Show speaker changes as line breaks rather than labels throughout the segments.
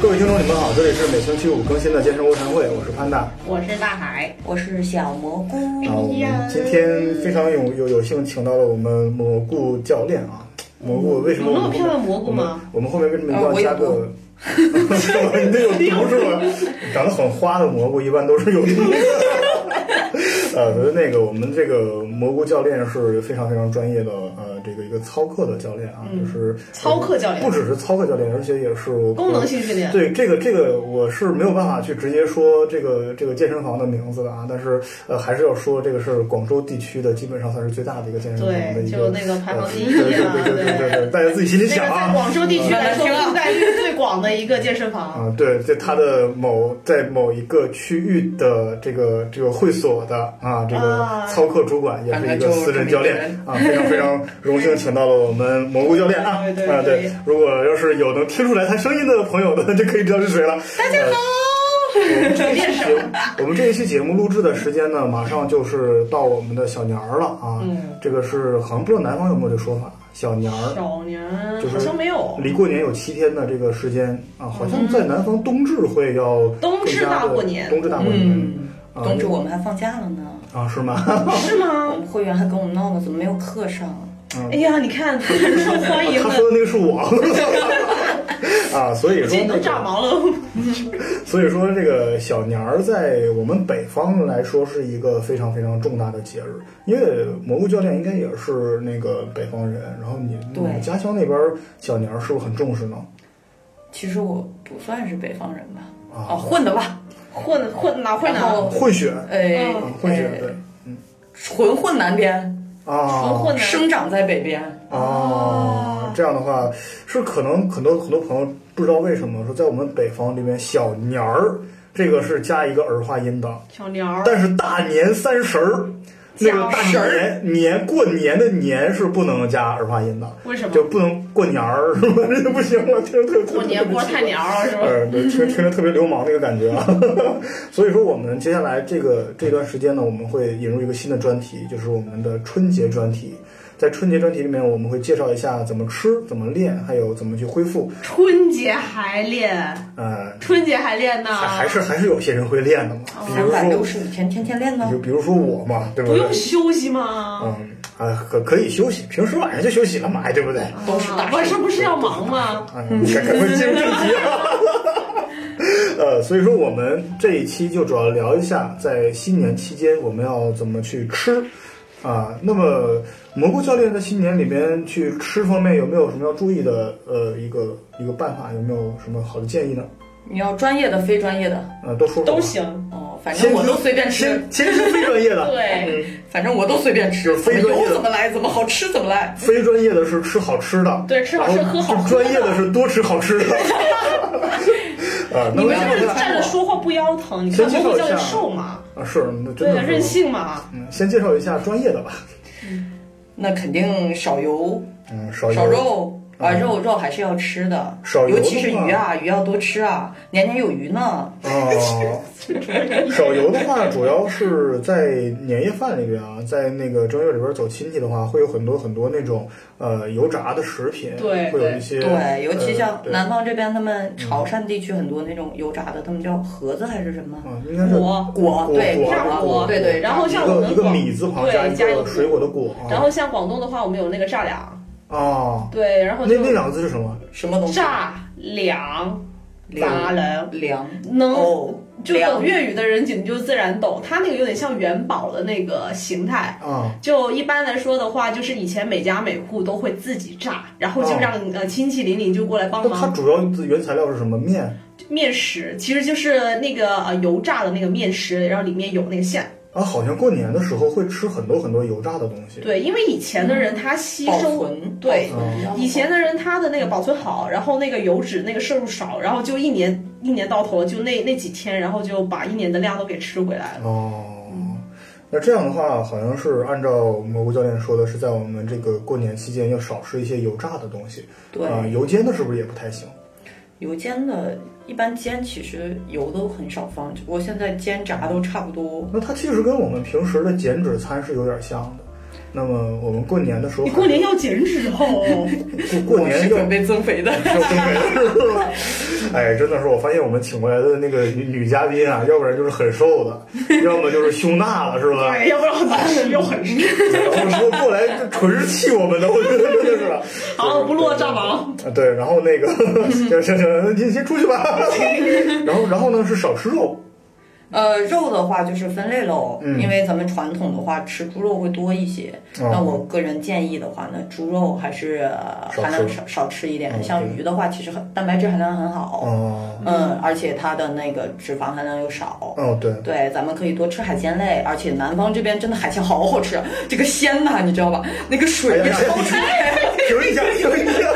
各位听众，你们好，这里是每星期五更新的健身卧谈会，我是潘大。
我是大海，
我是小蘑菇。
哎
啊，我们今天非常有有有幸请到了我们蘑菇教练啊，蘑菇为什么
嗯有那
我
么
们
漂亮蘑菇吗
我们我们后面为什么一定
啊
要
我有
加
毒
个？是 吗？你这有毒是吗？长得很花的蘑菇一般都是有毒的。呃，所以那个我们这个蘑菇教练是非常非常专业的，呃，这个一个操课的教练啊，就是
嗯操课教练
不只是操课教练，而且也是
功能性训练。
对这个这个我是没有办法去直接说这个这个健身房的名字的啊，但是呃还是要说这个是广州地区的，基本上算是最大的一个健身房的
对
一个，
就那个排行第一
呃对
啊
对对对对对，大家自己心里
那
想
个在
啊。
广州地区来说，
嗯
覆盖率最广的一个健身房。
啊，对，在它的某在某一个区域的这个这个会所的啊，这个
啊
操课主管也是一个私人教练啊，非常非常荣幸请到了我们蘑菇教练啊
对对
啊，
对
对，如果要是有能听出来他声音的朋友呢，就可以知道是谁了。大家好。这一期节目，我们这一期节目录制的时间呢，马上就是到我们的小年儿了啊。这个是好像不知道南方有没有这说法，小年儿。
嗯小年
就是嗯
好像没有，
离过年有七天的这个时间啊，好像在南方冬至会要
嗯冬至
更加的
大过年嗯
冬至大过年啊
冬至我们还放假了呢，
啊是吗？
是
我
吗？
们会员还跟我们闹呢，怎么没有课上？
哎呀，你 看很受欢迎
他
的，
说的那个是我 啊，所以说
今天
那
都
个
炸毛了。
所以说，这个小年儿在我们北方来说是一个非常非常重大的节日，因为蘑菇教练应该也是那个北方人，然后你
对
你家乡那边儿小年儿是不是很重视呢？
其实我不算是北方人吧，
啊
哦，混的吧，
混混哪混
然
哪，
后
混血，
呃
嗯，
哦混血，对
呃，纯混南边，
啊，
纯混哪。
生长在北边，
哦，这样的话，是可能很多很多朋友不知道为什么说在我们北方这边小年儿这个是加一个儿化音的，
小年儿，
但是大年三十儿那
哦
个大年年过年的年是不能加儿化音的，
为什么？
就不能过年儿是吧？这就不行了，听着特别
过年过太娘了是吧？
呃，对，听听着特别流氓那个感觉啊。 所以说，我们接下来这个这段时间呢，我们会引入一个新的专题，就是我们的春节专题。在春节专题里面，我们会介绍一下怎么吃、怎么练，还有怎么去恢复。
春节还练，
呃，
春节还练呢，
还还是还是有些人会练的嘛，比
三
如
百
说，
六十五天天天练呢
就。比如说我嘛，对不
哦不
对
用？休息吗？
嗯，啊，可可以休息，平时晚上就休息干嘛呀？哎对不对？
都是大
晚上不是要忙吗？
哎，你赶快进入正题啊！ 呃，所以说我们这一期就主要聊一下，在新年期间我们要怎么去吃啊。那么蘑菇教练在新年里面去吃方面有没有什么要注意的？呃，一个一个办法有没有什么好的建议呢？
你要专业的，非专业的，
呃，都说说吧
都。行，
哦，反
先
正我都随便吃，
先先是非专业 的，
对，
反正我都随便吃，
就是非专业的
有怎么来，怎么好吃怎么来。
非专业的是吃好吃的，
对吃好吃
然后
喝好喝
专业的是多吃好吃的。 啊，那
你
么
们这个站着说话不腰疼，你看蘑菇教练瘦嘛，
啊是，那
对
真的是
任性嘛，
嗯，先介绍一下专业的吧。
那肯定少油，
嗯，少
少
油嗯
肉啊，肉肉还是要吃的，
少油
尤其是
的话
鱼啊，鱼要多吃啊，年年有余呢。
哦，少油的话，主要是在年夜饭里边啊，在那个正月里边走亲戚的话，会有很多很多那种呃油炸的食品，
对
会有
对
一些
对，尤其像
呃对嗯
南方这边，他们潮汕地区很多那种油炸的，他们叫盒子还是什么
嗯，应该是
果
果？对，
果
炸
果，
果
对
啊
对。
然后
一
像我
个
们
一个
广
米字旁
对
加一
加一
个
个
水果的果啊。
然后像广东的话，我们有那个炸两，
哦，
对，然后
那
就
那两个字是什么？
什么东西？
炸两砸人。
凉
能
哦，
嗯就
凉
懂粤语的人，你就自然懂。它那个有点像元宝的那个形态，
啊
就一般来说的话，就是以前每家每户都会自己炸，然后就
哦
让、呃亲戚邻里就过来帮
那它
嗯
忙。
主要的原材料是什么？面
面食其实就是那个呃油炸的那个面食，然后里面有那个馅。
啊，好像过年的时候会吃很多很多油炸的东西。
对，因为以前的人
嗯
他吸
保
收，
存
对
保存比较好
以前的人他的那个保存好，然后那个油脂那个摄入少，然后就一年一年到头就那那几天，然后就把一年的量都给吃回来了。
哦，那这样的话，好像是按照蘑菇教练说的，是在我们这个过年期间要少吃一些油炸的东西。
对
啊、油煎的是不是也不太行？
油煎的，一般煎其实油都很少放，只不过现在煎炸都差不多。
那它其实跟我们平时的减脂餐是有点像的。那么我们过年的时候
你，过年要减脂 哦，
过过
我是
年要
准备增肥的。
要增肥了是吧？ 哎，真的是，我发现我们请过来的那个女女嘉宾啊，要不然就是很瘦的，要么就是胸大了，是吧？
对，要不然很难吃又很瘦。
我说过来就纯是气我们的，我觉得真的是。
好，我不落账了啊。
啊，对，然后那个，行行行，您先出去吧。然后，然后呢是少吃肉，
呃，肉的话就是分类喽，
嗯
因为咱们传统的话吃猪肉会多一些。
哦
那我个人建议的话呢，猪肉还是呃
少
含量
吃
少少吃一点。
嗯
像鱼的话，其实很蛋白质含量很好，
哦、
嗯，而且它的那个脂肪含量又少。
哦，对，
对，咱们可以多吃海鲜类，而且南方这边真的海鲜好好吃，啊 这个鲜呐，你知道吧？那个水啊
哎
呀
呀，
超
停一下，停一下，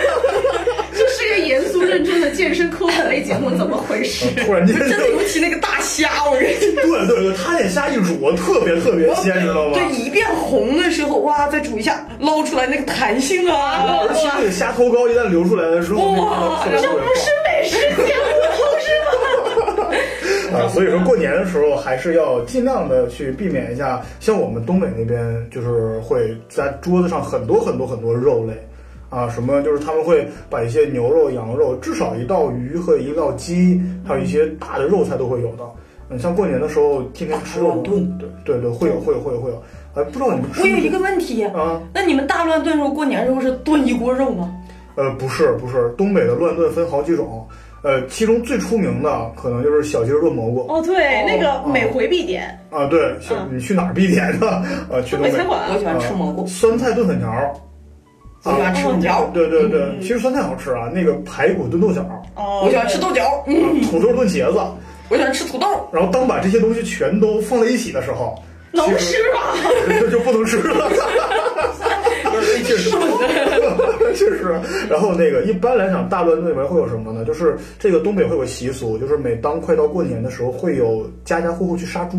这是一个严肃认真的健身科普类节目，怎么回 事？
突然间就
真 的，尤其那个大虾，我跟你说，
对对对，他那虾一煮，特别特别鲜，知道吗？
对，一变红的时候，哇，再煮一下，捞出来那个弹性啊，
而且那个虾头膏一旦流出来的时候，
哇
那个特别特别棒
哦美食节目，
啊，所以说过年的时候还是要尽量的去避免一下，像我们东北那边就是会在桌子上很多很多很多肉类，啊，什么就是他们会把一些牛肉、羊肉，至少一道鱼和一道鸡，还有一些大的肉菜都会有的。嗯，像过年的时候天天吃肉
大，乱
对对对，会有会有会有会有。哎，不知道你们吃
我有一个问题，
啊？
那你们大乱炖肉过年时候是炖一锅肉吗？
呃，不是不是，东北的乱炖分好几种，呃，其中最出名的可能就是小鸡儿炖蘑菇
哦，对，那个
哦
每回必点，
啊，对，小
嗯
你去哪儿必点的？ 啊，去
东
东北
北餐。馆
哎我喜欢吃蘑菇，
酸菜炖粉条儿，啊
我喜欢吃粉条，嗯
对对对，其实酸菜好吃啊，那个排骨炖豆角儿，啊
哦，
我喜欢吃豆角，嗯，
土豆炖茄子，
我喜欢吃土豆。
然后当把这些东西全都放在一起的时候，
能吃吗？
就就不能吃了， 确实，确实。然后那个一般来讲，大乱炖里面会有什么呢？就是这个东北会有个习俗，就是每当快到过年的时候，会有家家户户去杀猪，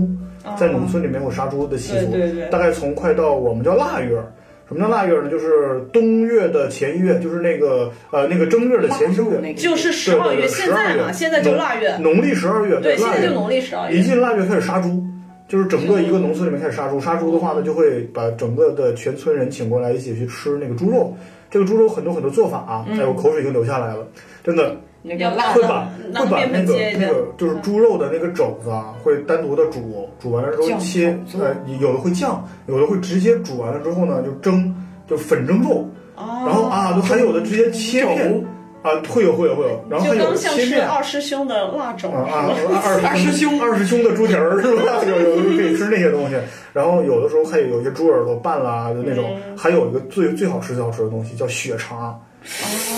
在农村里面有杀猪的习俗，
哦对对对
大概从快到我们叫腊月儿。什么叫腊月儿呢？就是冬月的前一月，就是那个呃那个正月的前一个月，
那个
就是十二月，现在嘛，现在就腊月，
农历十二月，
对，现
腊
在
月
就农历十二
一
月。
进腊月开始杀猪，就是整个一个农村里面开始杀猪。杀猪的话呢，就会把整个的全村人请过来一起去吃那个猪肉。这个猪肉很多很多做法啊，
嗯
哎，我口水已经流下来了，真的
那个辣
会
的
把
那
会把那
面
个
粉接一
那
遍
个就是猪肉的那个肘子啊，会单独的煮，煮完了之后
酱
切，
肘子
呃，有的会酱，有的会直接煮完了之后呢就蒸，就粉蒸肉，然后
哦，
啊，就还有的直接切片
肘，
啊，会有会有会有，然后还
就
有
刚像
切
吃
片。
二师兄的腊肘，
啊啊
是吧，
二二师兄二师兄的猪蹄儿是吧？ 有有的时候可以吃那些东西，然后有的时候还有有一些猪耳朵拌啦就那种，还有一个最最好吃最好吃的东西叫血肠。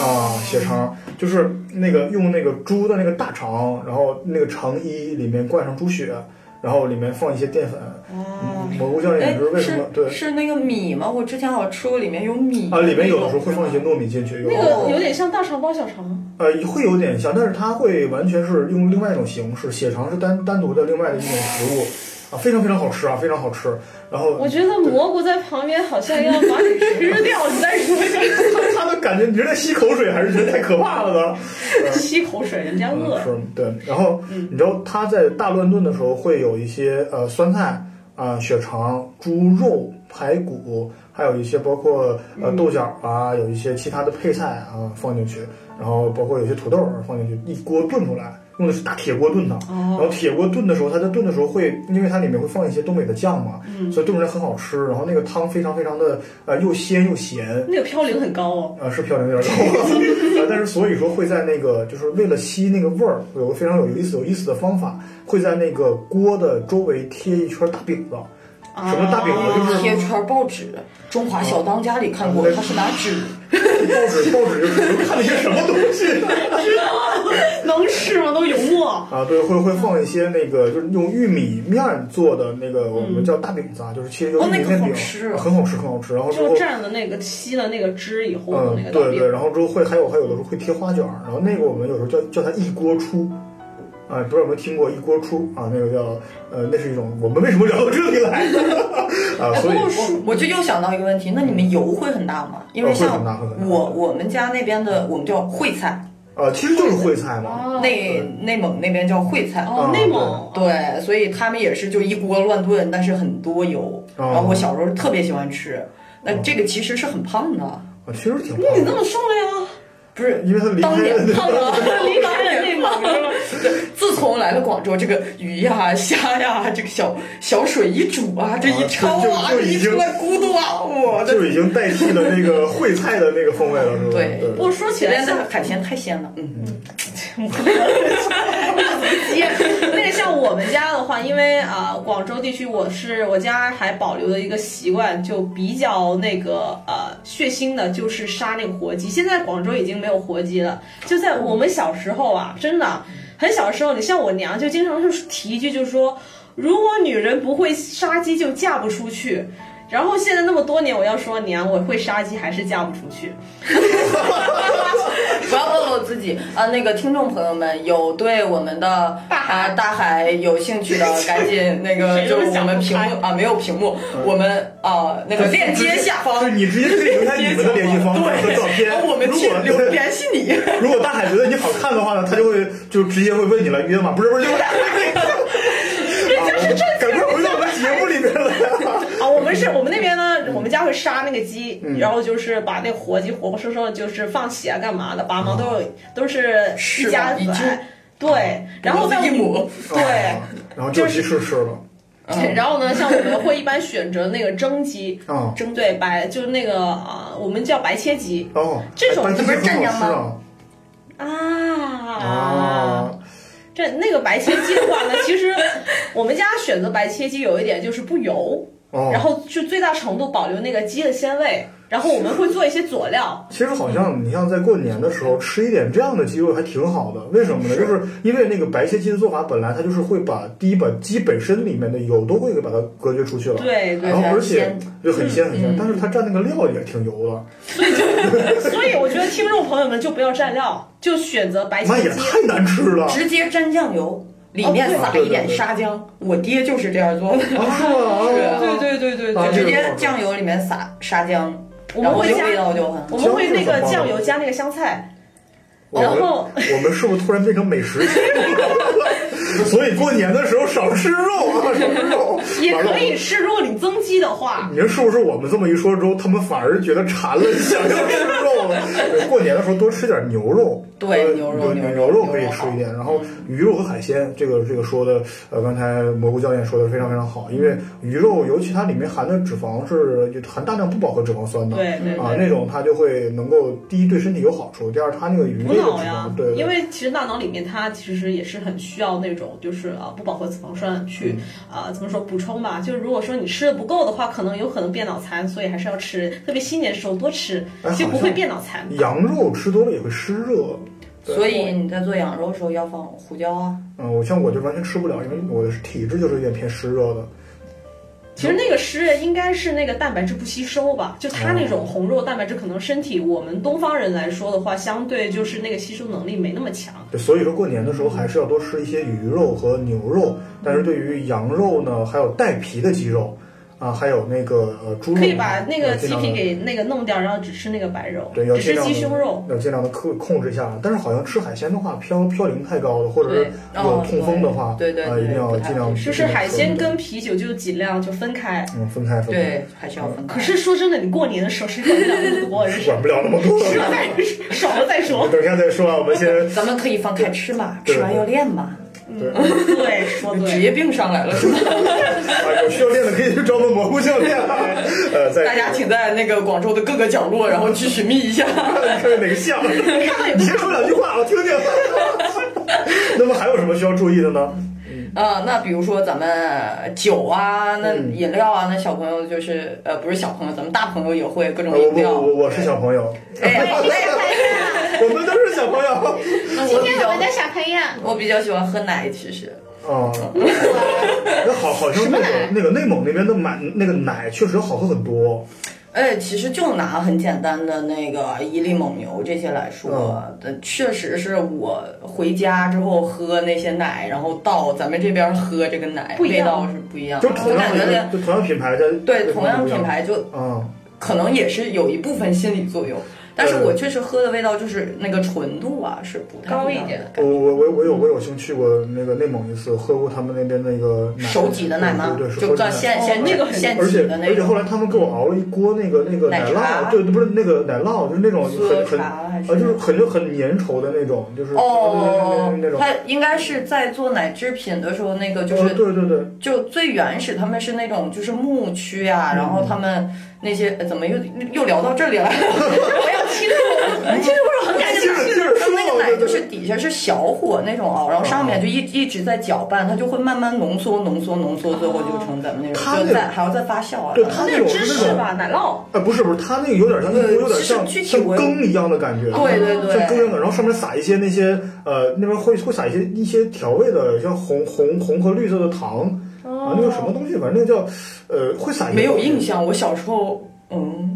啊，血肠就是那个用那个猪的那个大肠，然后那个肠衣里面灌上猪血，然后里面放一些淀粉。
哦
蘑菇酱也
哎
不知为什么对
是是那个米吗？我之前好像吃过，里面有米
啊，里面有的时候会放一些糯米进去，有
那个有点像大肠包小肠，
呃，会有点像，但是它会完全是用另外一种形式，血肠是单单独的另外的一种食物，啊，非常非常好吃啊，非常好吃。然后
我觉得蘑菇在旁边好像要把你吃 掉，你再说这
它的感觉，你是在吸口水，还是觉得太可怕了呢？
个 吸口水，人家饿
嗯，
了。
是，对。然后你知道它在大乱炖的时候会有一些呃酸菜啊、血肠、猪肉、排骨，还有一些包括呃豆角啊，有一些其他的配菜啊放进去，然后包括有些土豆儿放进去，一锅炖出来，用的是大铁锅炖的。然后铁锅炖的时候，它在炖的时候会，因为它里面会放一些东北的酱嘛，所以炖出来很好吃。然后那个汤非常非常的呃又鲜又咸，
那个嘌呤很高哦，
啊，是嘌呤有点 高，啊，但是所以说会在那个，就是为了吸那个味儿，有个非常有意思、有意思的方法，会在那个锅的周围贴一圈大饼子，什么大饼子就是啊
贴圈报纸，《中华小当家》里看过，他是拿纸，
报纸，报纸就是 你们看了些什么东西
能吃吗？都油沫。
啊？对，会会放一些那个，就是用玉米面儿做的那个，我们叫大饼子啊，就是切一个
嗯哦
玉米
那个
面
好
饼，
吃
啊很好吃，很好吃。然后之
就
后
蘸了那个吸了那个汁以后的
嗯
那个，大
对
饼，
对，然后之后会还有还有的时候会贴花卷儿，然后那个我们有时候叫叫它一锅出，啊，不知道有没有听过一锅出啊？那个叫呃，那是一种我们为什么聊到这里来 啊？
哎
所以
不过
我我就又想到一个问题，那你们油会很大吗？因为
呃会
像
很大会很大
我我们家那边的，我们叫烩菜，
啊，其实就是烩菜嘛，啊
哦
内内蒙那边叫烩菜。
哦
嗯，
内蒙，
对，所以他们也是就一锅乱炖，但是很多油。
哦
然后我小时候特别喜欢吃，那这个其实是很胖的，
啊，其实挺胖
那你
的，
这么瘦 了呀？
不是
因为他离
哦当
开
年
了
胖了，
离开了内蒙是吧？
对，自从来了广州，这个鱼呀、虾呀，这个小小水一煮啊，这一焯啊，
哦就就就
这一
已经
出来咕嘟啊，我
就
的
已经代替了那个烩菜的那个风味了，是吧？
对
不过说起
前
来
面，的海鲜太鲜了，嗯，
接那个像我们家的话，因为啊、广州地区我是我家还保留了一个习惯，就比较那个呃血腥的，就是杀那个活鸡。现在广州已经没有活鸡了，就在我们小时候啊，真的很小时候，你像我娘就经常就是提一句，就是说如果女人不会杀鸡，就嫁不出去。然后现在那么多年，我要说娘，我会杀鸡还是嫁不出去。
不要暴露自己啊！那个听众朋友们，有对我们的
大海
啊大海有兴趣的，赶紧那个
谁
就
都
是我
想
们
不
屏
开
幕啊，没有屏幕，
嗯
我们啊那个链接下方
对，你直接可以留下你们的联系方式和照片。
对，哦我们
如
去
果
留联系你。
如果大海觉得你好看的话呢，他就会就直接会问你了，约吗？不是不是，就是。啊赶快回到我们节目里面来。
啊，我们是我们那边呢，我们家会杀那个鸡，
嗯
然后就是把那活鸡活活生生的，就是放血啊干嘛的，拔毛都有、都是
哦是
一家
吧一
子
只
来。对，然后
我
在
们一哦
我
母
们对
啊， 然后就鸡翅吃了。
嗯
对然后呢，像我们会一般选择那个蒸鸡，
啊
哦
蒸对白就是那个啊，我们叫白切鸡
哦，
这种
哎
这不是
白切鸡很好
湛江吗
吃啊
啊
哦
啊。
这那个白切鸡的话呢，其实我们家选择白切鸡有一点就是不油，
哦，
然后就最大程度保留那个鸡的鲜味，然后我们会做一些佐料。
其实好像你像在过年的时候吃一点这样的鸡肉还挺好的，为什么呢？就是因为那个白切鸡的做法本来它就是会把第一把鸡本身里面的油都会给把它隔绝出去了，
对对嗯
然后而且
很
就很鲜很鲜，但是它蘸那个料也挺油的，
所以我觉得听众朋友们就不要蘸料，就选择白
那
切
也
鸡。
太难吃了。
直接沾酱油，里面
哦
撒
对
一点
对对
沙姜。我爹就是这样做的，
啊，是吗？
对对对对
啊
对，
这
直
个
接酱油里面撒沙姜，
我
然
们
后
会
味
加
道就很
我们会那个酱油加那个香菜，
我
然
们
后
我们是不是突然变成美食节目了？ 所以过年的时候少吃肉啊，少吃肉
也可。
完了
以吃。如果你增肌的话，
你说是不是我们这么一说之后，他们反而觉得馋了，想要吃肉 了？对过年的时候多吃点牛肉，
对
呃
牛肉
对
牛肉
牛肉可以
牛肉
吃一点。然后鱼肉和海鲜，这个这个说的，呃，刚才蘑菇教练说的非常非常好，因为鱼肉尤其它里面含的脂肪是就含大量不饱和脂肪酸的，
对对
啊，
对。
那种它就会能够第一对身体有好处，第二它那个鱼
补
类的脂
脑呀
肪，，对，对
因为其实大脑里面它其实也是很需要那种就是啊不饱和脂肪酸去
嗯
啊、怎么说补充吧，就是如果说你吃的不够的话，可能有可能变脑残，所以还是要吃，特别新年的时候多吃
哎，
就不
好
会
像
变脑残。
羊肉吃多了也会湿热。对
所以你在做羊肉的时候要放胡椒啊。
嗯，我像我就完全吃不了，因为我的体质就是有点偏湿热的。
其实那个湿热应该是那个蛋白质不吸收
哦
吧，就它那种红肉蛋白质，可能身体我们东方人来说的话，相对就是那个吸收能力没那么强。
对，所以说过年的时候还是要多吃一些鱼肉和牛肉，但是对于羊肉呢，还有带皮的鸡肉，啊，还有那个呃猪肉，
可以把那个
要尽
鸡
量
皮
地
给那个弄掉，然后只吃那个白肉，
对，要
只
尽
吃
量
鸡
地
胸肉。
要尽量的控控制一下。但是好像吃海鲜的话，嘌嘌呤太高了，或者是
对
有
哦
痛风的话，
对对
啊，
对
一定要
不太
尽量
好
就是海鲜
尽量
跟啤酒就尽量就分开。
嗯分开分开，
对，还是要分开。
可是说真的，你过年的时候谁管得了那么多？人
管不了那么多。
啊
少了再说。
等一下再说啊，我们先
咱们可以放开吃嘛，
对
吃完要练嘛。
对。
嗯对，说
职
对。
业病上来了是吧？
啊，有需要练的可以去找我们蘑菇教练啊。呃，在
大家请在那个广州的各个角落，然后去寻觅一 下。
看看哪个像， 你
看到有
先说两句话，我听听。 那么还有什么需要注意的呢？
啊、那比如说咱们酒啊，那
嗯
饮料啊，那小朋友就是呃，不是小朋友，咱们大朋友也会各
呃
种
我
饮
我
料。
我我是小朋 友，
哎，我也
我们都是小朋友。
我比较
小 朋友，
我比较喜欢喝奶，其实
啊，那好，好像那个那个内蒙那边的奶那个奶确实好喝很多。
哎，其实就拿很简单的那个伊利蒙牛这些来说，
嗯
呃确实是我回家之后喝那些奶，然后到咱们这边喝这个奶，
不一
味
样
道是不一样的。
就同
我
样
感觉
的
连，
就同样品牌的，
对同样
不一
品。牌就
啊，
可能也是有一部分心理作用，但是我确实喝的味道就是那个纯度啊是不太
高一
样的
点
感
我
觉。嗯
我我我有我有幸去过那个内蒙一次，喝过他们那边那个奶
手挤的奶吗
对，对？手
就
挤
叫
的奶。
现现
哦那个很
现
而
挤
且
的
而
那
且后来
种
他们给我熬了一锅那个那个奶
奶茶
酪，对，不是那个奶酪，就是那种
喝
很很
茶还
啊，
是
就是很就很粘稠的那种，就是
哦
对对对对对对那，种。
它应该是在做奶制品的时候，那个就
哦
是
对对对，
就最原始，他们是那种就是牧区啊，然
嗯
后他们那些呃怎么又又聊到这里来了？
我要听过，听过很感
接着接
兴趣。
着
他
说
们那个
吧，
奶
对
就
对
是
对。
底下是小火那种啊熬，然后上面就一一直在搅拌，它就会慢慢浓缩、浓缩、浓缩，最后就成咱们那
它那
种，
个
就在还要再发酵啊。
对
然后
它那
那
种
个
是
芝
那
士
种
吧，奶酪，
哎，不是不是，它那个有点像，
嗯
那个有点像
其实具体
像
我
羹一样的感觉，
对对对
像羹一样的，然后上面撒一些那些呃，那边会会撒一些一些调味的，像红红红和绿色的糖啊，那个什么东西，反正那叫呃，会撒一些
没有印，象，我小时候嗯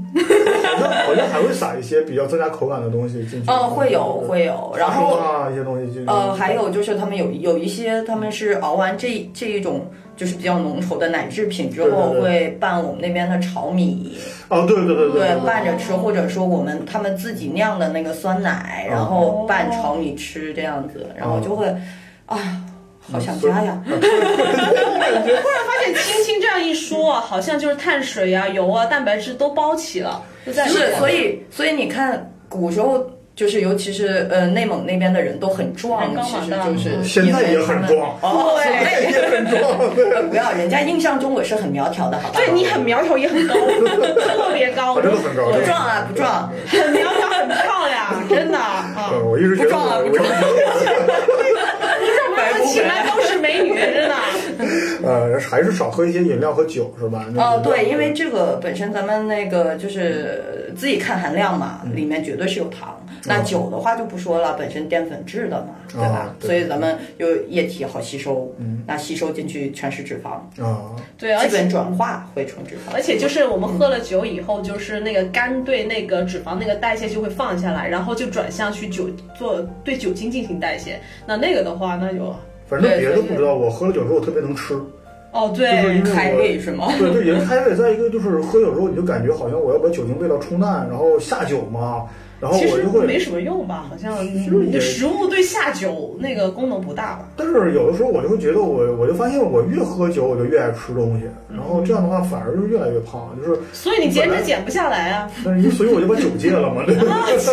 好像好像还会撒一些比较增加口感的东西进去，
嗯会有会有，然
花
后
生啊一些东西进去，
呃，还有就是他们有有一些，他们是熬完这这一种就是比较浓稠的奶制品之后，
对对对
会拌我们那边的炒米，
哦，对对对
对，
对，
拌着吃，或者说我们他们自己酿的那个酸奶，然
哦
后拌炒米吃这样子，然后就会，啊，好
嗯
想家呀！
突然发现青青这样一说啊，好像就是碳水啊、油啊、蛋白质都包齐了，就在
是，所以所以你看古时候。就是，尤其是呃，内蒙那边的人都很壮
很，高
其实
马大
就是
现在嗯也很
因为
壮，
他们。哦，
对
现在也很壮，对。
不要，人家印象中我是很苗条的，好吧？
对你很苗条也很高，特别高，
我真的很高
不
真的
壮啊，不壮。
很苗条，很漂亮，真的啊！
呃我一直觉得
不壮啊
我
不壮
我们请来都是美女，真的。
呃，还是少喝一些饮料和酒是吧？那
哦，
个
对，因为这个本身咱们那个就是自己看含量嘛，
嗯
里面绝对是有糖。那酒的话就不说了，本身淀粉质的嘛，对吧？
哦对嗯
所以咱们有液体好吸收，那吸收进去全是脂肪，
啊，
对，而
基
且
本转化为纯脂肪。
而且就是我们喝了酒以后，就是那个肝对那个脂肪那个代谢就会放下来，然后就转向去酒做对酒精进行代谢。那那个的话，那就
反正
对
别的
所以
不知道，我喝了酒之后特别能吃，
哦
就是因
对
为，
开胃是吗？
对，就也是开胃。再一个就是喝酒之后，你就感觉好像我要把酒精味道冲淡，然后下酒嘛，然后
其
哦我
实
就
没
会。嗯
什么用吧，好像
实
你
也
的食物对下酒那个功能不大吧。
但是有的时候我就会觉得我，我就发现我越喝酒我就越爱吃东西，然后这样的话反而就越来越胖，就是，
所以你减脂减不下来啊。
但是所以我就把酒戒了嘛，对。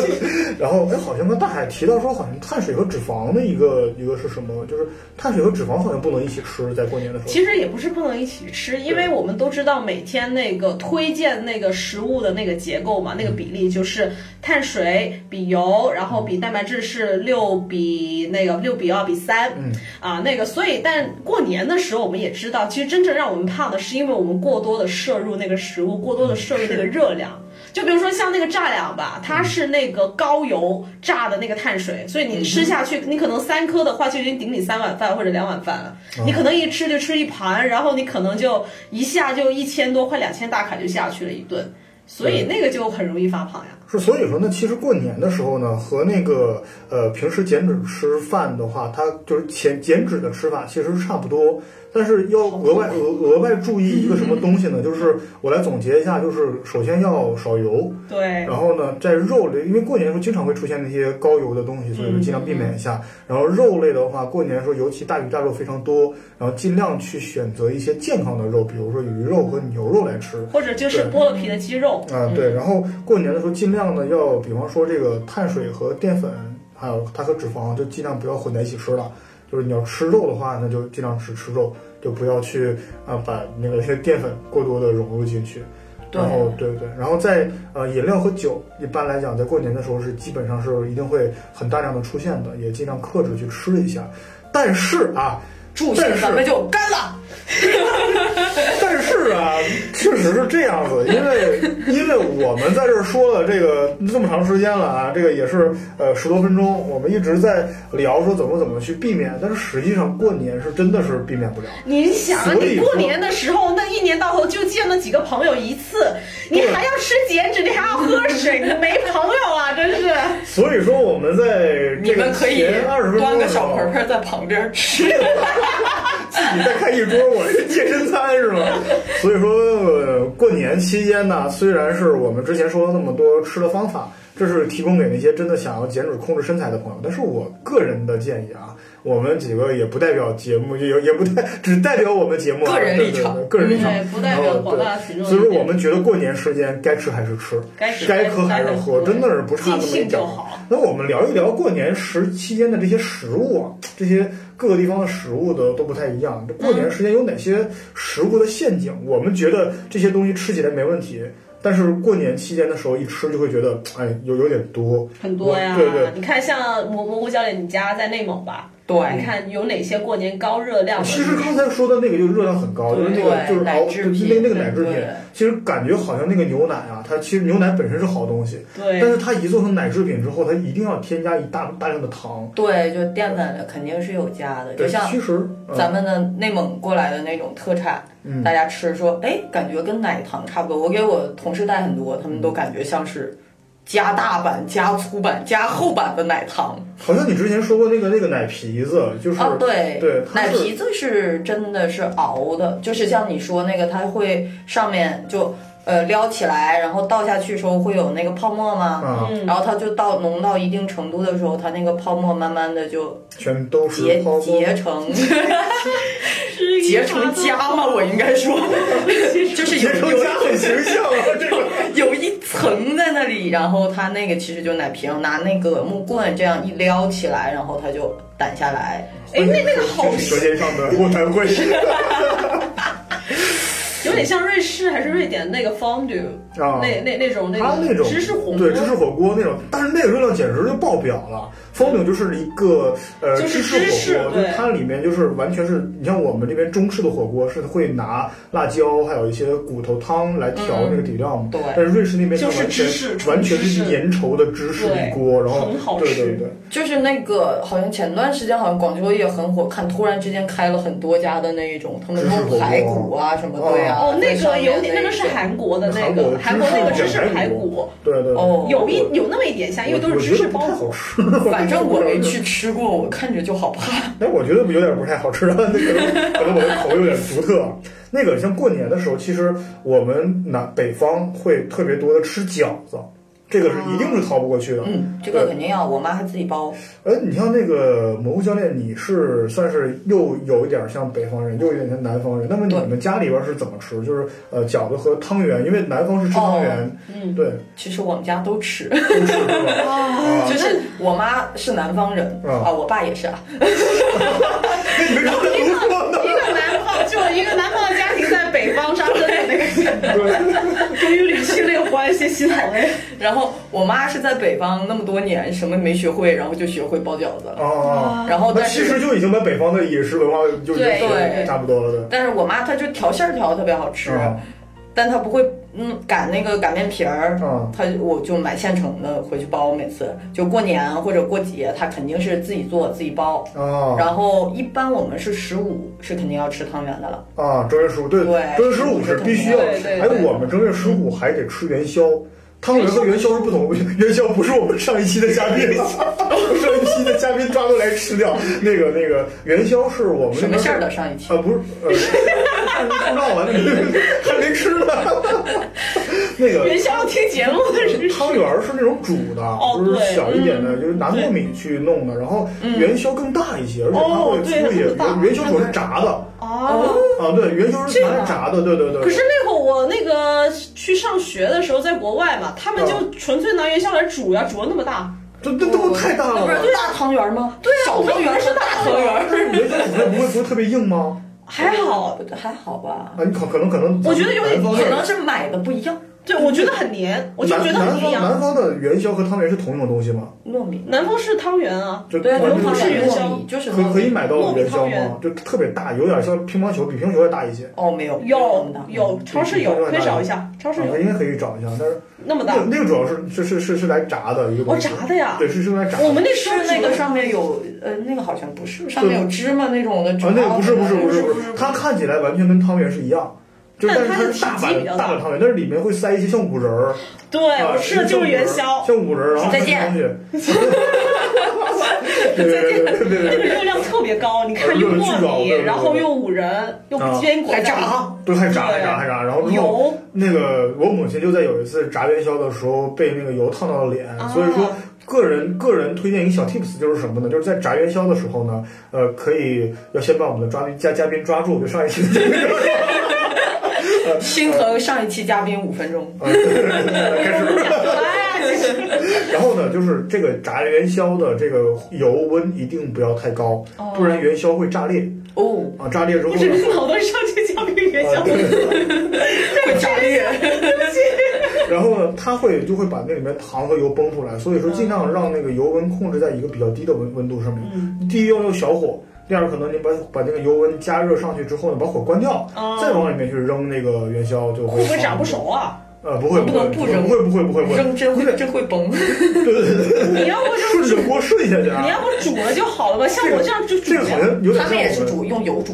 然后哎，好像刚大海提到说，好像碳水和脂肪的一个一个是什么？就是碳水和脂肪好像不能一起吃，在过年的时候。
其实也不是不能一起吃，因为我们都知道每天那个推荐那个食物的那个结构嘛，
嗯
那个比例就是碳水比油，然后比蛋白质是六比那个六比二比三，
嗯
啊那个，所以但过年的时候我们也知道，其实真正让我们胖的是因为我们过多的摄入那个食物，过
嗯
多的摄入那个热量。就比如说像那个炸两吧，它
嗯
是那个高油炸的那个碳水，所以你吃下去，你可能三颗的话就已经顶你三碗饭或者两碗饭了。
嗯
你可能一吃就吃一盘，然后你可能就一下就一千多快两千大卡就下去了一顿，所以那个就很容易发胖呀。
是，所以说呢，其实过年的时候呢，和那个呃平时减脂吃饭的话，它就是减减脂的吃法其实是差不多，但是要额外额额外注意一个什么东西呢？就是我来总结一下，就是首先要少油，
对，
然后呢，在肉类，因为过年的时候经常会出现那些高油的东西，所以说尽量避免一下。然后肉类的话，过年的时候尤其大鱼大肉非常多，然后尽量去选择一些健康的肉，比如说鱼肉和牛肉来吃。
或者就是剥了皮的鸡肉，
啊，对，然后过年的时候尽量的要，比方说这个碳水和淀粉，还有它和脂肪，就尽量不要混在一起吃了。就是你要吃肉的话，那就尽量只吃肉，就不要去啊、把那个那 些淀粉过多的融入进去。
对
然后对对，然后在呃饮料和酒，一般来讲在过年的时候是基本上是一定会很大量的出现的，也尽量克制去吃一下。但是啊，
助兴咱们就干了。
但是啊，确实是这样子，因 为因为我们在这儿说了这个这么长时间了啊，这个也是呃十多分钟，我们一直在聊说怎么怎么去避免，但是实际上过年是真的是避免不了。
你想啊，
所以
你
说
过年的时候，那一年到头就见了几个朋友一次，你
对
还要吃减脂，你还要喝水，你没朋友啊，真是。
所以说我们在
你
这
们
个
可以
前二十分
端
钟
个
的时
小
候
盆，盆在旁边吃。
你再看一桌我这健身餐是吗？所以说、呃过年期间呢，虽然是我们之前说了那么多吃的方法。这是提供给那些真的想要减脂控制身材的朋友。但是我个人的建议啊，我们几个也不代表节目，也也不代只代表我们节目啊
个人
对
立
对
场
对个人立场
对，不代表
然后
广
对
大群众
所以
的
说，
意见
我们觉得过年时间该吃还是吃，
该吃
该喝还是喝，真的是不差那么
尽
一
兴
点儿。
就好。
那我们聊一聊过年时期间的这些食物啊，这些各个地方的食物的都不太一样。这过年时间有哪些食物的陷阱？我们觉得这些东西吃起来没问题，但是过年期间的时候一吃就会觉得，哎，有有点多。
很多呀，
对对
你看像蘑蘑菇教练，你家在内蒙吧？
对
你看有哪些过年高热量的？
其实刚才说的那个就是热量很高，就是那个
对
就是熬
奶制品
那那个奶制品
对，
其实感觉好像那个牛奶啊，它其实牛奶本身是好东西，
对
但是它一做成奶制品之后，它一定要添加一大大量的糖。
对，就淀粉肯定是有加的，就
对，
像
其实、嗯、
咱们的内蒙过来的那种特产，
嗯
大家吃说，哎，感觉跟奶糖差不多。我给我同事带很多，他们都感觉像是加大版、加粗版、加厚版的奶糖。
好像你之前说过那个那个奶皮子，就是、
啊，对
对它
奶
是
皮子是真的是熬的，就是像你说那个，它会上面就呃撩起来，然后倒下去的时候会有那个泡沫嘛，
啊，
然后它就到浓到一定程度的时候，它那个泡沫慢慢的就
全都是
结
泡沫。
结成结成痂吗？我应该说，就是
结
有
成
有
家很形象啊，这个。
有一层在那里，然后它那个其实就奶瓶，拿那个木棍这样一撩起来，然后它就掸下来。
哎，那那个好
这是舌尖上的卧谈会
有点像瑞士还是瑞典那个 fondue，、
啊，
那那那种
它
个
种
芝士火锅，
对芝士火锅那种，但是那个热量简直就爆表了。风饼就是一个呃
就是芝
士
士
火锅，就
对
它里面就是完全是你像我们这边中式的火锅是会拿辣椒还有一些骨头汤来调那个底料嘛，
对
但是瑞士那边
嗯就是
完
芝
全
士
完全
芝士
是粘稠的芝士
对
一锅，然后
很好
对对
吃
对，
就是那个，好像前段时间好像广州也很火，看突然之间开了很多家的那一种，他们
芝士火锅
弄排骨啊什么对啊，
哦，那
在上
个
面
有点，
那
那个是韩国的那
韩国
个，
的
韩国那个芝士排
排
骨，，
对对对
哦
有一有那么一点像，因为都
我
是芝士包
我觉得
裹
不太好。吃，
反正我
嗯
没去吃过，我看着就好怕。
哎，我觉得有点不太好吃了，那 可能可能我的口味有点独特。那个像过年的时候，其实我们南北方会特别多的吃饺子，这个是一定是逃不过去的。
嗯，这个肯定要，我妈还自己包。
哎，你像那个蘑菇教练，你是算是又有一点像北方人，又有一点像南方人。那么你们家里边是怎么吃？就是呃饺子和汤圆，因为南方是吃汤圆，
嗯，
对，
其实我们家都吃，
都吃是 吧？啊
就，是我妈是南方人
啊
啊，我爸也是啊，
那你们这怎么说呢？
一个南
哦
方就一个南方的家庭在北方扎根的那个，
对，
终于捋清这个关系，洗脑哎。
然后我妈是在北方那么多年，什么没学会，然后就学会包饺子了。
哦。
然后
那
但
其
是
实就已经把北方的饮食文化就已经
对
对
差不多了，对。
但是我妈她就调馅儿调的特别好吃，
啊
但她不会嗯擀那个擀面皮儿，
嗯
她我就买现成的回去包，每次就过年或者过节，她肯定是自己做自己包。
啊
然后一般我们是十五是肯定要吃汤圆的了，
啊！正月十五，对，
对
正月十五是必须要
对
吃。
对
哎，
对
我们正月十五还得吃元宵，汤圆和元宵是不同， 元宵不是我们上一期的嘉宾， 上一期的嘉宾抓过来吃掉。那个那个元宵是我们
什么馅儿的上一期
啊，不是，呃，不闹完了，还没吃呢。那个呃
元宵听节目的人
汤圆儿是那种煮的，
哦
就是
对嗯
小一点的，就是拿糯米去弄的，然后元宵更大一些，而且它
哦
会
对它
粗一些。
更大
元元宵主要是炸的。
哦。
啊，对，元宵是拿来炸的，对对对。
可是那会儿我那个去上学的时候，在国外嘛，他们
嗯
就纯粹拿元宵来煮呀，煮的那么大。
这这这不太大了
那不
吗？
是大汤圆吗？对啊，小汤圆是大汤圆，
元宵煮出来不会不会特别硬吗？
还
嗯
好，
还好吧？
啊，你可可能可能，
我觉得有点
南方
可
的
能是买的不一样，
对我觉得很黏，我就
南
觉得
南
很
方
一样。
南方的元宵和汤圆是同一种东西吗？
糯米。
南方是汤圆啊，
就
对，
完全
们
不
不
是
是
一
元
个
宵
糯米，就是
可可以买到
糯米
元宵
汤
吗
圆？
就特别大，有点像乒乓球，比乒乓球还大一些。
哦，没有，
有
没
有超市有，可以找一下，超
啊
市有
可以应该可以找一下，但是
那么
那
大
个。那个主要是是是是是来炸的一个东西。
哦炸的呀
对，是是用来炸的。
我们那时
是
候
那
煮
个
的
上面有呃，那个好像不是，上面有芝麻那种的。
啊，那个不是不是不是
哦不
不是，
是不是
它看起来完全跟汤圆是一样，就
但
但是它
它的
是大
体积
版
比较
大
大
版汤圆，但是里面会塞一些像五仁儿，
对，
啊
我吃的就是元宵。
像五仁儿，然后
再见
什么东西，对对对对对
那
对
个热量特别高，你看又过敏，然后又五仁，又
啊
不坚果，
还炸，
不是还炸还炸还炸，然后之后
油，
那个我母亲就在有一次炸元宵的时候被那个油烫到了脸，
啊
所以说个人个人推荐一个小 tips 就是什么呢？就是在炸元宵的时候呢，呃，可以要先把我们的抓嘉嘉宾抓住，就上一期的嘉宾抓 住，
心疼上一期嘉宾五分钟。
呃对对对对开始。
哎呀，其实
然后呢，就是这个炸元宵的这个油温一定不要太高，
哦
不然元宵会炸裂
哦，
啊！炸裂之后
我
呢
这，个脑袋上去交给元
啊
宵，
对
会炸裂。
然后呢，它会就会把那里面糖和油崩出来，所以说尽量
嗯
让那个油温控制在一个比较低的温温度上面。第一要用小火，第二可能你把把那个油温加热上去之后呢，把火关掉，
哦
再往里面去扔那个元宵就
会
会
不会炸
好
不熟啊？
呃，不会
不
会
能
不
不扔
会不会不会不会，
扔真会真会崩，
你要不
顺
就
着锅顺下去啊
你。要不煮了就好了吧？像我这样就煮
这个好像有点
他
像
们也是
我们
煮用油煮，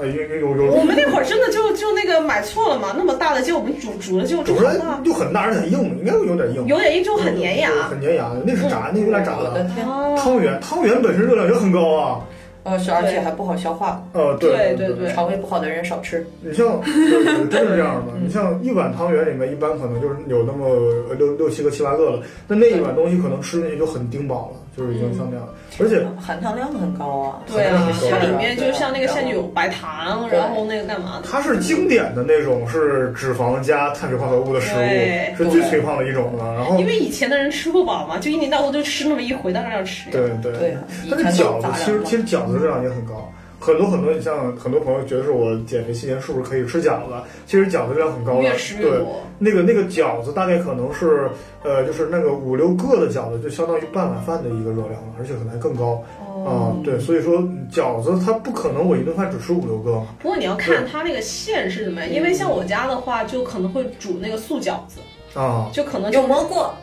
呃有有有有
我们那会儿真的就就那个买错了嘛，那么大的鸡我们煮煮了就
煮
煮
出来
了嘛，
就很大，而且很硬，应该有点硬，
有点硬就很粘牙。
很粘牙，那是炸，那有点炸
我的
的。啊
天，
哦，
汤圆，汤圆本身热量也很高啊，
呃，是而且还不好消化，
呃，
对
对
对对
肠胃不好的人少吃。
你像， 对对真是这样
嗯
的。你像一碗汤圆里面，一般可能就是有那么呃六六七个、七八个了。那那一碗东西可能吃进去就很顶饱了，就是已经像那样。
嗯
而且
含糖量很高啊，
对啊，它
它
里面就像那个下去有白糖，
对
然后那个干嘛的。
它是经典的那种是脂肪加碳水化合物的食
对
物，是最肥胖的一种了。然后
因，为以前的人吃不饱嘛，就一年到头就吃那么一回，当然要吃。
对对
对啊，以
但是
前
饺
都
子
杂
其实
粮嘛
其实饺子热量也很高，很多很多，你像很多朋友觉得是我减肥期间是不是可以吃饺子？其实饺子热量很高的，
越吃越
对。
多。
那个那个饺子大概可能是，呃，就是那个五六个的饺子，就相当于半碗饭的一个热量了，而且可能还更高啊、
哦，
对，所以说饺子它不可能我一顿饭只吃五六个嘛。
不过你要看它那个馅是怎么样，因为像我家的话，就可能会煮那个素饺子，
哦
啊。
就可能就
有蘑菇，
啊，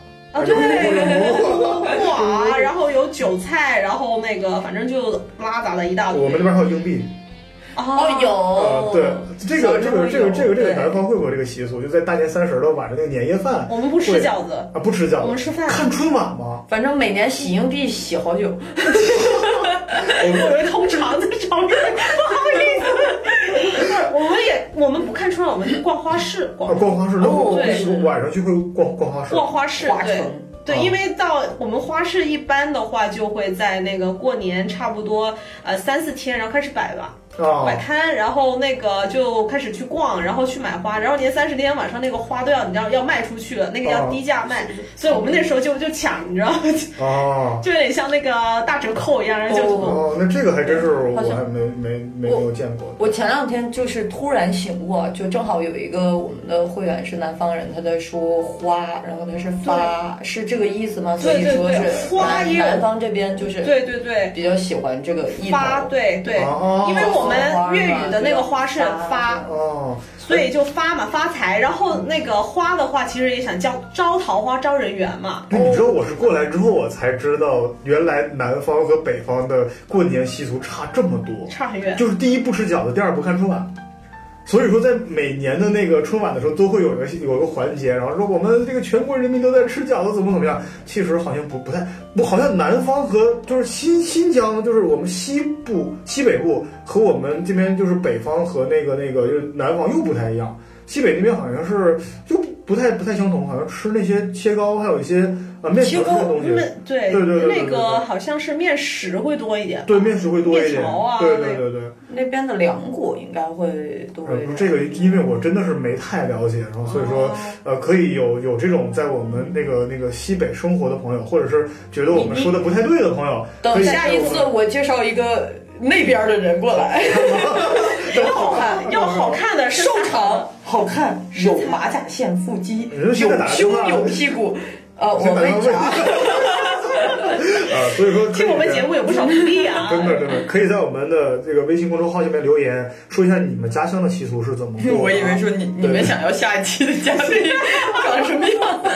对，
哎 有
哇，然后有韭菜，然后那个反正就拉杂了一大堆。
我们那边还有硬币
哦
哦，有
啊，对，这个这
小时候
个这个
有
这个这个
对
南方会不会有这个习俗？就在大年三十的晚上那个年夜饭
我们不吃饺子，
啊，不吃饺
哦
我们
子，
吃饭。
看春晚吗？
反正每年洗硬币洗好久，
我们
有人通肠子肠子， 不好意思，我们也我们不看春晚，我们去逛花市，
啊
逛
逛花市，那
哦
我
对
我晚上去会逛逛花市，
逛花市，
花
对。
城
对，
啊
因为到我们花市一般的话，就会在那个过年差不多呃三四天，然后开始摆吧，摆
啊，
摊，然后那个就开始去逛，然后去买花，然后年三十那天晚上那个花都要你知道要卖出去了，那个要
哦
低价卖，所以我们那时候就就抢，你知道吗？
啊，
就有点像那个大折扣一样，然后就
哦
哦，那这个还真是我
好像
还没没没没有见过。
我前两天就是突然醒悟，啊，就正好有一个我们的会员是南方人，他在说花，然后他是发，是这个意思吗？所以
对
说
对对
是
花
南
也有
南方这边就是
对对对。
比较喜欢这个意头
发，对对，
哦
因为我们粤语的那个花是发，
哦，
所以就发嘛发财。然后那个花的话，其实也想叫招桃花、招人缘嘛。
对，你知道我是过来之后，我才知道原来南方和北方的过年习俗差这么多。
差很远。
就是第一不吃饺子，第二不看春晚。所以说，在每年的那个春晚的时候，都会有一个有一个环节，然后说我们这个全国人民都在吃饺子，怎么怎么样。其实好像不不太，不好像南方和就是新新疆，就是我们西部西北部和我们这边就是北方和那个那个就是南方又不太一样。西北那边好像是就不太不太相同，好像吃那些切糕，还有一些呃面条
切
这
糕
个东西，
面对
对对对对
那个好像是面食会多一点。
对面食会多一点。
面条啊
对
那
对
个
对对。
那边的凉果应该会多
呃
一点。
这个因为我真的是没太了解，然后所以说，呃，可以有有这种在我们那个那个西北生活的朋友，或者是觉得我们说的不太对的朋友，可
等
以
下一次我介绍一个那边的人过来，
要
好看
要好看的是
瘦长好看，有马甲线、腹肌，
你说
有
现在打电
胸
话
有屁股。呃，我
先打
没
电话问
查。
啊，所以说可以
听我们节目有不少福利 啊。
真 的真的可以在我们的这个微信公众号下面留言，说一下你们家乡的习俗是怎么过的啊。
我以为说你你们想要下一期的嘉宾长什么 样？
嗯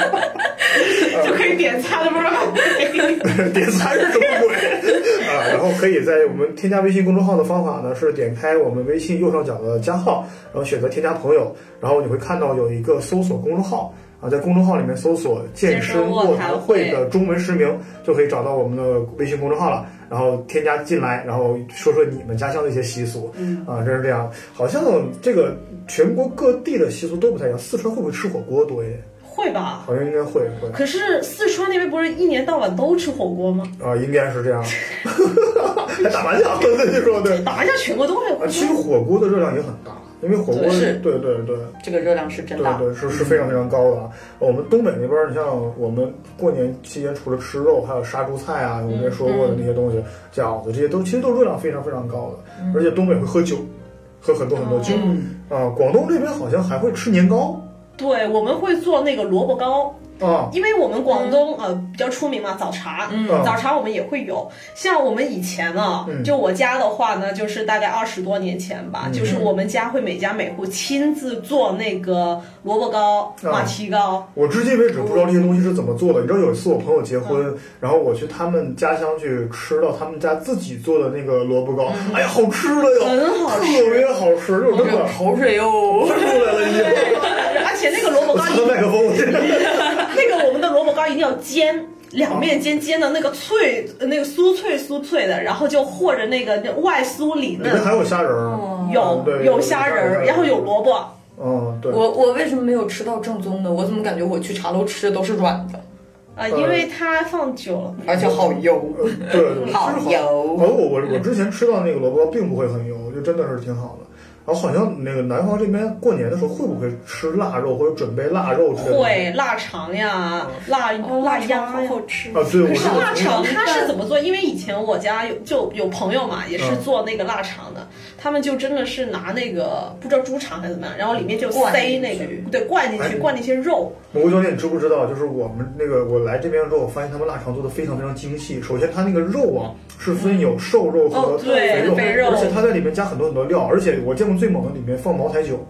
就可以点餐的，不是？
点餐是什么鬼啊？然后可以在我们添加微信公众号的方法呢，是点开我们微信右上角的加号，然后选择添加朋友，然后你会看到有一个搜索公众号。啊，在公众号里面搜索“健身卧谈会”的中文实名，就可以找到我们的微信公众号了。然后添加进来，然后说说你们家乡的一些习俗，
嗯
啊，真是这样。好像这个全国各地的习俗都不太一样，四川会不会吃火锅多一点？
会吧？
好像应该会会
可是四川那边不是一年到晚都吃火锅吗？
啊，应该是这样。 还打麻将，对对说对。
打麻将全国都爱
啊，
火
其实
锅。
火锅的热量也很大，因为火锅
对是
对对对
这个热量是真
对
大。
对是是非常非常高的啊。我们东北那边儿，你像我们过年期间除了吃肉，还有杀猪菜啊，我们也
嗯
说过的那些东西，饺子这些都其实都是热量非常非常高的，而且东北会喝酒，喝很多很多酒
嗯，
啊。广东这边好像还会吃年糕
对，我们会做那个萝卜糕，
啊，
因为我们广东
嗯
呃比较出名嘛，早茶。
嗯
早茶我们也会有，像我们以前啊
嗯，
就我家的话呢，就是大概二十多年前吧，
嗯
就是我们家会每家每户亲自做那个萝卜糕、
啊
马蹄糕，
我至今为止不知道这些东西是怎么做的。你知道有一次我朋友结婚，然后我去他们家乡去吃到他们家自己做的那个萝卜糕，哎呀，好吃的哟，
很好
特别好吃，就是
这
那
个
个哦
口水哟，
喷出来了已经。
而且那个萝卜
我
糕
擦到麦克风了，
那个我们的萝卜糕一定要煎。两面煎煎的那个脆，呃那个酥脆酥脆的，然后就和着那个那外酥里
里面
嫩，
还有虾仁
哦
儿，
有
对
有虾
有虾
仁
仁
儿，
儿
然后有萝卜，啊
嗯，对，
我我为什么没有吃到正宗的？我怎么感觉我去茶楼吃的都是软的，
啊，因为它放久了，
而且好油，
呃对对，对
好
其实
油
而我我我之前吃到那个萝卜糕并不会很油，就真的是挺好的。然后好像那个南方这边过年的时候会不会吃腊肉或者准备腊肉之类的？
会啊腊肠呀，腊
哦
腊鸭呀。
吃
啊，对，嗯我
可是
我
腊肠
嗯
它是怎么做？因为以前我家有就有朋友嘛，也是做那个腊肠
嗯
的，他们就真的是拿那个不知道猪肠还是怎么样，然后里面就
灌
塞
进
那个
去
对灌进
哎
去灌那些肉，
蘑菇教练，你知不知道？就是我们那个我来这边之后，我发现他们腊肠做的非常非常精细。首先，它那个肉啊是分有瘦肉和
哦对
肉，
肥肉
而且它在里面加很多很多料，而且我见过最猛的里面放茅台酒，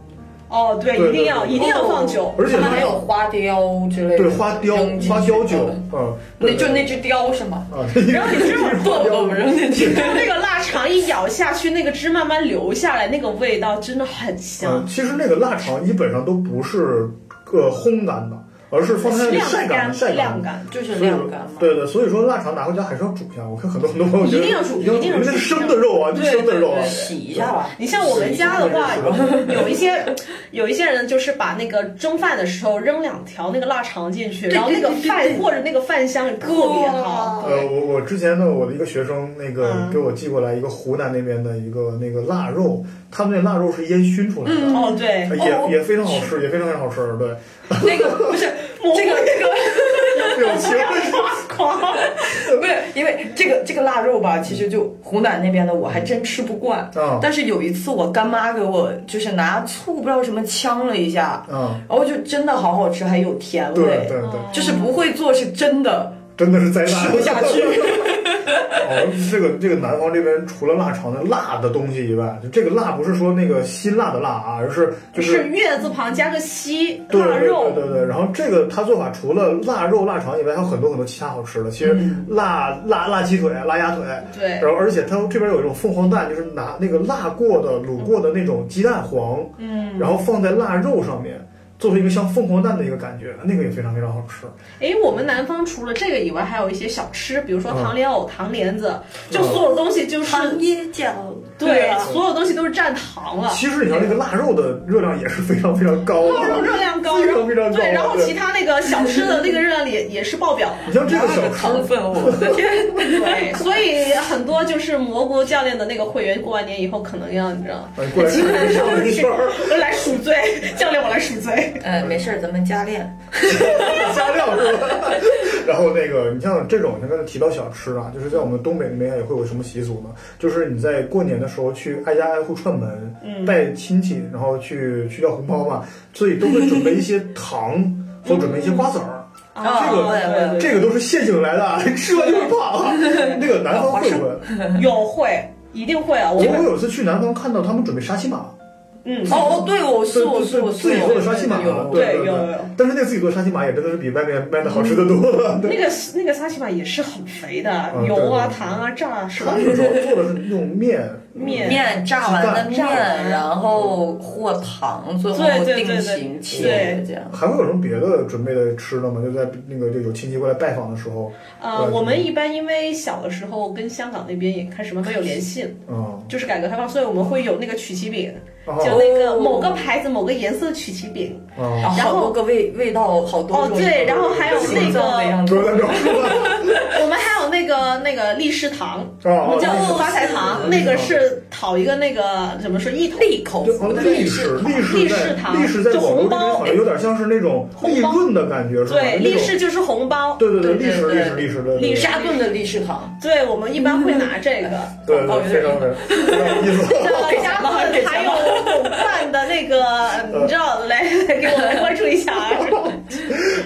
哦，对，
对
一定要
对对
一定要放酒。
哦而且
他们
它
还有花雕之类的，
对花雕
扔进去
花雕酒
的，
嗯，
那
对
就
对
那只雕是吗？
啊，
然后你这么
豆豆扔进去，
那个腊肠一咬下去，那个汁慢慢流下来，那个味道真的很香
嗯，。其实那个腊肠基本上都不是呃烘干的，而是放在那里
晾
晒干
干
的，晒干
晾
的。
干。
就
所
是
以
晾
说
干嘛，。
对对，所以说腊肠拿回家还是要煮一下。我看很多很多朋友觉得
一定要煮
一定要
一定要
因为那
煮
是生的肉啊，
对
生的肉啊
对对。
洗一下吧。
你像我们家的话
是的是，
有一些有一些人就是把那个蒸饭的时候扔两条那个腊肠进去，然后那个饭或者那个饭香特别好。
呃，我我之前呢，我的一个学生，那个
嗯
给我寄过来一个湖南那边的一个那个腊肉，他们那腊肉是烟熏出来的，
哦，对，
呃
哦
也也非常好吃，也非常非常好吃。 对，
那个不是 这个这个
表情
夸夸。
不是，因为这个这个腊肉吧，其实就湖南那边的我还真吃不惯。
啊
但是有一次我干妈给我就是拿醋不知道什么呛了一下，
啊，
然后就真的好好吃，还有甜味，
对对对，
就是不会做是真的
真的是灾难，
哦吃不下去。
哦，这个这个南方这边除了腊肠的辣的东西以外，就这个辣不是说那个辛辣的辣啊，而是 就是
月字旁加个西，
对
腊
对对
肉。
对对。然后这个它做法除了腊肉、腊肠以外，还有很多很多其他好吃的。其实腊腊腊鸡腿、啊腊鸭腿，
嗯对
然后而且它这边有一种凤凰蛋，就是拿那个辣过的、
嗯
卤过的那种鸡蛋黄，嗯，然后放在腊肉上面。做出一个像凤凰蛋的一个感觉，那个也非常非常好吃。
哎，我们南方除了这个以外，还有一些小吃，比如说
嗯
糖莲藕、糖莲子，就所有东西就是
椰饺，
对
啊，
所有东西都是蘸糖了。
其实你像那个腊肉的热量也是非常非常高的，
肉热量高，
非
然后
常非常高。啊
对，然后其他那个小吃的那个热量也也是爆表 的。
你像这个小
糖
吃，
分，我 的天！
对，所以很多就是蘑菇教练的那个会员，过完年以后可能要你知道，
哎，过来吃一圈儿，
我来赎罪，教练我来赎罪。
呃，没事儿，咱们加练。
加料是吧？ 然后那个，你像这种，像刚才提到小吃啊，就是在我们东北那边也会有什么习俗呢？就是你在过年的时候去挨家挨户串门，
嗯
拜亲戚，然后去去要红包嘛，所以都会准备一些 糖，或准备一些瓜子儿。
啊
这个哎
对对对
这个都是陷阱来的，啊，吃完就会胖 啊。那个南方会不会？
有会，一定会啊！我
我
们
我有一次去南方看到他们准备沙琪玛，
嗯，
哦，对，我
自
素我素我素，
自己做的沙琪玛
有，
对
对
有有
但是那个自己做的沙琪玛也真的是比外面卖的好吃的多了，对。
那个是那个沙琪玛也是很肥的，
嗯
油
对
啊、
对对
糖啊、炸啊，是吧
他？那个主要做的是用面，
面
面炸完的
炸
面，嗯
完
然后和糖，最后
对对对
定
对
型切
对
这样。
还会有什么别的准备的吃的吗？就在那个就有亲戚过来拜访的时候，
呃，我们一般因为小的时候跟香港那边也开始慢慢有联系了，
嗯，
就是改革开放，所以我们会有那个曲奇饼，就
哦，
那个
哦
某个牌子、某个颜色的曲奇饼。
哦，
然后
然
好
后
多个味味道好多
哦
种
对然后还有那个
形状的样子
多啊那种，哦
我们还有那个那个立式糖，
哦，
叫
哦
发财糖，那个是讨一个那个怎么说一桶
利口
就哦，历史历史
历
在
史糖
历史在
就
广州这
红
边
包
好像有点像是那种利润的感觉，是吧？
对，
那
立
种
式就是红包。
对对对，
对对
历史
对
历史历史的
历史
沙顿的利氏糖，
对，我们一般会拿 这个。
对对对，非常的非常有意思。啊
这家伙还有董饭的 那个，嗯你知道，来来给我们关注一下啊。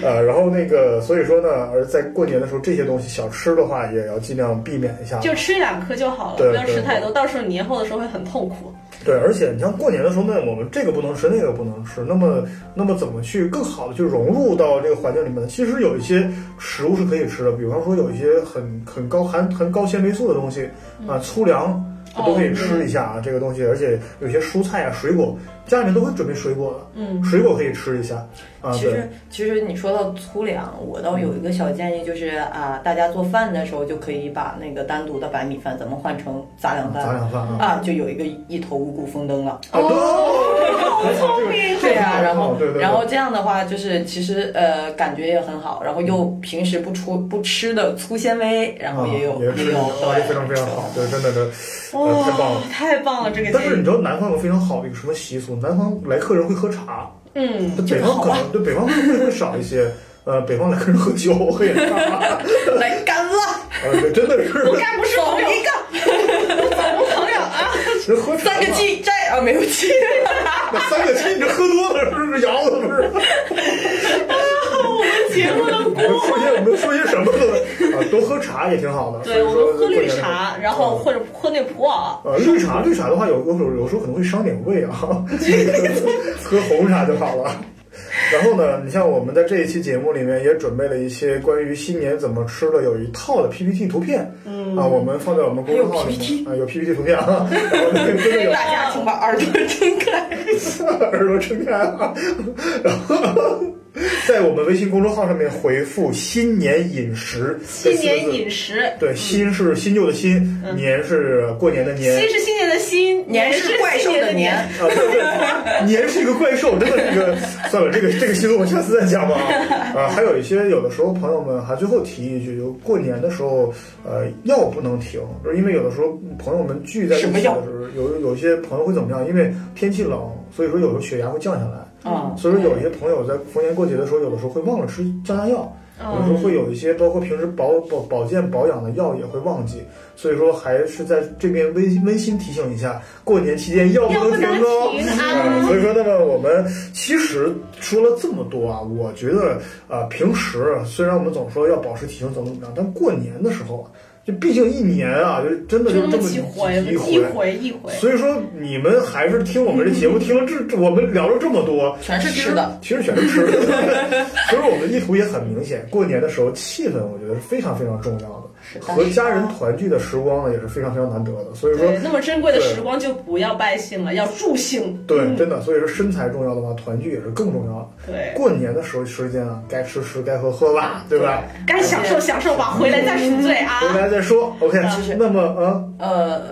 呃，然后那个，所以说呢，而在过年的时候，这些东西小吃的话，也要尽量避免一下。
就吃两颗就好了，
对
不要
对
吃太多，到时候年后的时候会很痛苦。
对，而且你像过年的时候呢，我们这个不能吃，那个不能吃，那么那么怎么去更好的去融入到这个环境里面呢？其实有一些食物是可以吃的，比方说有一些很很高含很高纤维素的东西
嗯
啊，粗粮。
哦
都可以吃一下啊，这个东西，而且有些蔬菜啊、水果，家里面都会准备水果的，
嗯，
水果可以吃一下啊。
其
对，
实，其实你说到粗粮，我倒有一个小建议，就是啊，大家做饭的时候就可以把那个单独的白米饭，咱们换成杂粮
杂
饭
粮饭啊，
啊，就有一个一头五谷丰登了。
啊，哦对，啊聪
明
对呀、然后
对对对，
然后这样的话，就是其实呃感觉也很好，然后又平时不出不吃的粗纤维，然后也有、
啊也
也
吃
有
也非常非常好，对，真的是，呃，太棒
哇
了。，
哦太棒了，这个
但
建
是你
议。
知道南方有非常好的一个什么习俗？南方来客人会喝茶，
嗯，
那北方可能对北方会会少一些。呃，北方来客人喝酒，喝饮料，
对来干了，
啊呃，对真的是
我干不是我一个，我们朋 友啊，
这喝茶
三个
嘛，
鸡这啊没有鸡，
那三个鸡，你这喝多了是不是摇的？不是，
哦我们节目都
我们说些我们说些什么了？啊，多喝茶也挺好的。
对，我
所以说
们喝
过
绿
年的时
茶，
候嗯
然后或者喝那普洱。
呃，绿茶绿茶的话，有有时候有时候可能会伤点胃啊， 那个喝红茶就好了。然后呢，你像我们在这一期节目里面也准备了一些关于新年怎么吃的，有一套的 PPT 图片，嗯啊，我们放在我们公众号里面啊，有 PPT 图片啊，然后那个真的有
大家请把耳朵睁开。
耳朵撑开了，然后 在我们微信公众号上面回复“新年饮食”这四
新
个字，
年饮嗯食，
对，新是新旧的新，年是过年的年，
新是新年的新，
年
是
是怪兽
新
的
年
年。
啊，对 对，年是一个怪兽，真的是一个。 算了，这个这个新闻我下次再讲吧。啊，还有一些有的时候朋友们还最后提一句，就过年的时候，呃，药不能停，就是因为有的时候朋友们聚在一起的时候，有有一些朋友会怎么样？因为天气冷，所以说有时候血压会降下来。
嗯，
所以说，有一些朋友在逢年过节的时候，有的时候会忘了吃降压药，有时候会有一些包括平时保保保健保养的药也会忘记。所以说，还是在这边温温馨提醒一下，过年期间药
要
不
不
能
能
停哦。
停
嗯，
啊！
所以说，那么我们其实说了这么多啊，我觉得呃，平时虽然我们总说要保持体型怎么怎么样，但过年的时候啊，就毕竟一年啊，就真的
就
就
那
这
么
么
几回，
几
一回一回。
所以说，你们还是听我们这节目，听了这这我们聊了这么多，
全是吃的
其实，其实全是吃的。 其实我们的意图也很明显，过年的时候气氛我觉得是非常非常重要的，
是的
和家人团聚的时光呢也是非常非常难得的。所以说，
对，那么珍贵的
对
时光就不要败兴了，要助兴。
嗯
对，真的，所以说身材重要的话，团聚也是更重要的。
对，
过年的时候时间啊，该吃吃，该喝喝吧，对吧？
该享受享受吧，回来再赎罪啊！
回来再说。OK，
是
那么啊，
呃，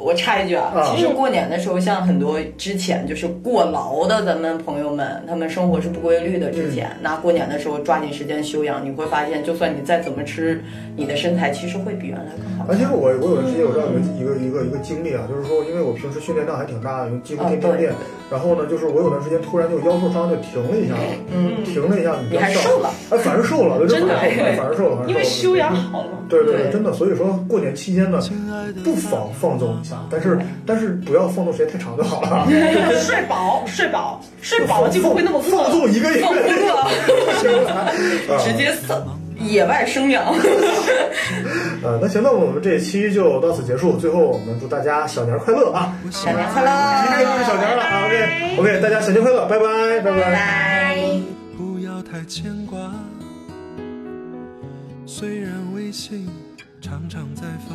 我插一句啊，
啊
其实过年的时候，像很多之前就是过劳的咱们朋友们，他们生活是不规律的。
嗯
之前，那过年的时候抓紧时间休养，你会发现，就算你再怎么吃，你的身材其实会比原来更好
而。 且啊我我有段时
嗯
间我知道有一个一个一个经历啊，就是说，因为我平时训练量还挺大的，几乎天天练
啊。
然后呢，就是我有段时间突然就腰受伤，就停了一下，
嗯
停了一下，你不
你
要
还
笑
瘦了，
哎，反正瘦了，
真的
反正哎反正瘦了，反正瘦了
因为修养。好 了，
对对对，
对
真的，所以说过年期间呢，不妨放纵一下，但是
嗯
但是不要放纵时间太长就好了。
睡饱睡饱睡饱就不会那么
放
饿。
纵一个月，啊
放空了，直接扫野外生养。
呃，那行，那我们这一期就到此结束。最后，我们祝大家小年儿快乐啊！
新年快乐！
今天就是小年儿了啊，OK。 OK，大家小金回了，拜拜，拜拜。
拜。
不要太牵挂。虽然微信常常在发，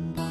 吧。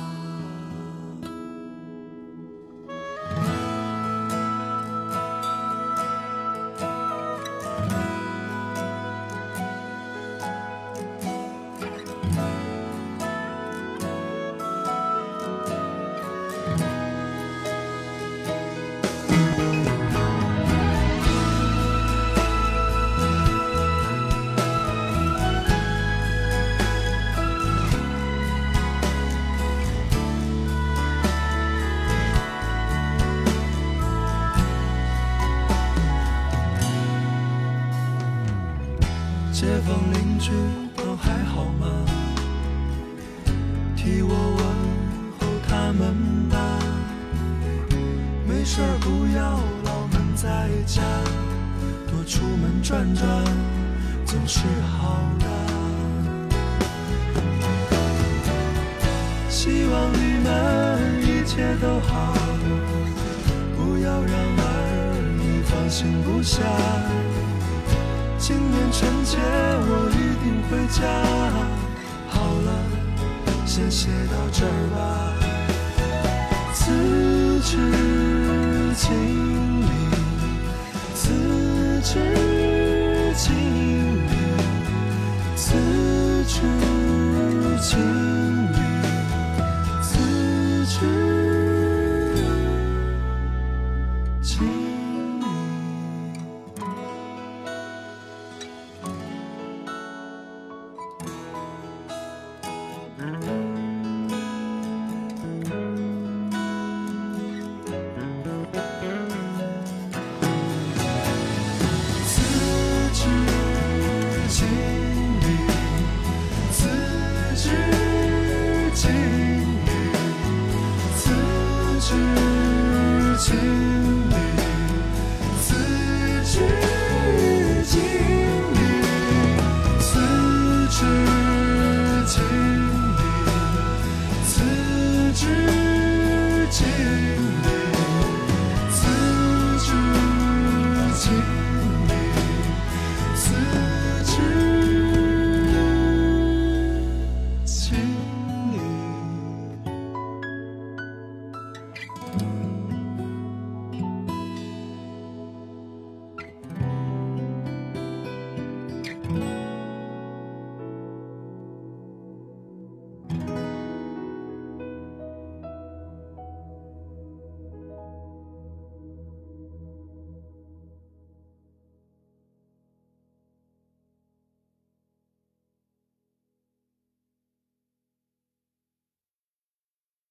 街坊邻居都还好吗？替我问候他们吧。没事儿不要老闷在家，多出门转转总是好的。希望你们一切都好，不要让儿女放心不下。今年春节我一定回家。好了，先写到这儿吧。辞职经理，辞职